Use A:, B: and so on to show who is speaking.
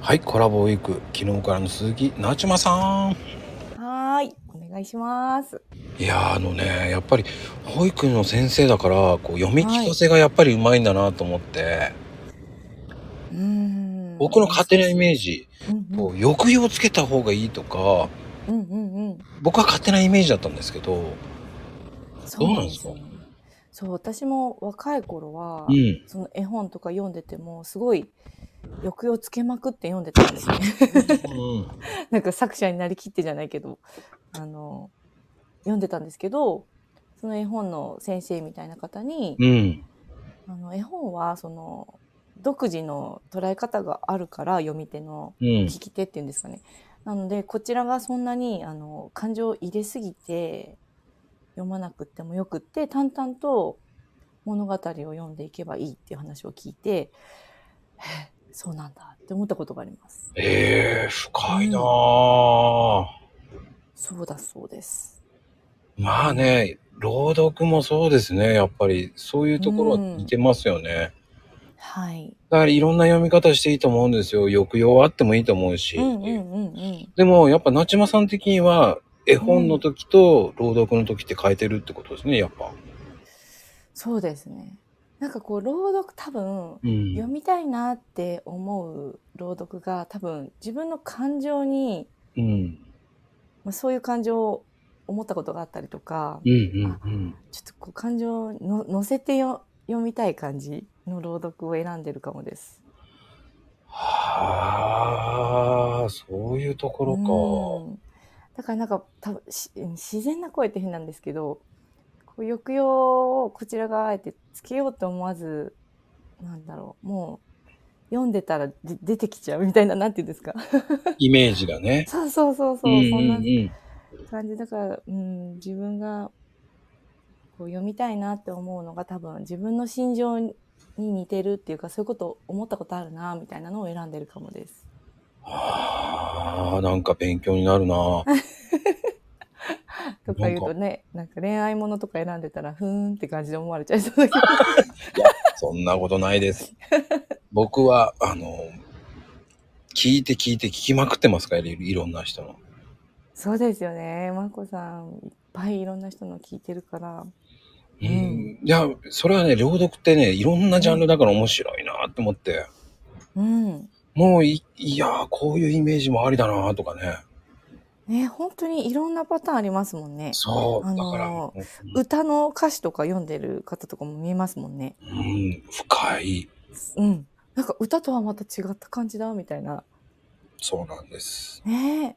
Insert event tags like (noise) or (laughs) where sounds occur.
A: はい、コラボウィーク、昨日からの鈴木なちまさん。
B: はーい、お願いします。
A: いやーあのね、やっぱり保育の先生だから、こう読み聞かせがやっぱりうまいんだなと思って、
B: うーん。
A: 僕の勝手なイメージ、
B: うん
A: こう抑揚をつけた方がいいとか、
B: うんうんうんうん。
A: 僕は勝手なイメージだったんですけど、
B: そよ
A: どうな
B: そう、私も若い頃は、
A: うん。
B: その絵本とか読んでても、すごい抑揚つけまくって読んでたんですね。 (laughs)
A: うん、
B: なんか作者になりきってじゃないけど、あの、読んでたんですけど、その絵本の先生みたいな方に、
A: うん、
B: あの絵本はその独自の捉え方があるから読み手の。
A: うん、
B: 聞き手っていうんですかね。なのでこちらがそんなにあの感情を入れすぎて読まなくってもよくって淡々と物語を読んでいけばいいっていう話を聞いてへえそうなんだって思ったことがあります。
A: えー、深いなー
B: そうだそうです。
A: まあね、朗読もそうですね、やっぱり。そういうところは似てますよね。
B: はい。
A: だからいろんな読み方していいと思うんですよ。抑揚はあってもいいと思うし。
B: うんうんうんうん。
A: でも、やっぱ、なちまさん的には、絵本の時と朗読の時って変えてるってことですね、やっぱ。
B: そうですね。なんかこう朗読多分
A: うん
B: 読みたいなって思う朗読が多分自分の感情に
A: うん。
B: まあ、そういう感情を思ったことがあったりとか、
A: うんうんうん。
B: ちょっとこう感情をの乗せてよ読みたい感じの朗読を選んでるかもです。
A: はあ、そういうところ
B: うんだからなんか多分し自然な声って変なんですけどこう抑揚をこちらがあえてつけようと思わずなんだろうもう読んでたらで出てきちゃうみたいななんて言うんですか (laughs)
A: か。イメージがね。
B: そうそうそうそう、
A: ん
B: そ
A: うんん
B: な
A: うん。
B: 感じだから、うん、自分がこう読みたいなって思うのが多分自分の心情に似てるっていうかそういうことを思ったことあるなみたいなのを選んでるかもです。
A: はあ、なんか勉強になるな。
B: (laughs) とか言うとねなんか恋愛ものとか選んでたらふーんって感じで思われちゃいそう (laughs) だけど
A: そんなことないです。僕は、あの、聞いて聞いて聞きまくってますから、いろいろんな人の。
B: そうですよねまこさんいっぱいいろんな人の聞いてるから
A: う
B: うんん、
A: いや、それはね、朗読ってね、いろんなジャンルだから面白いなって思って、
B: うん
A: もうい、いやー、こういうイメージもありだなとかね。
B: ね本当にいろんなパターンありますもんね。
A: そう、
B: あ
A: だから、
B: の歌の歌詞とか読んでる方とかも見えますもんね。
A: うん、深い、
B: うん、なんか歌とはまた違った感じだみたいな。
A: そうなんです。
B: ねえ、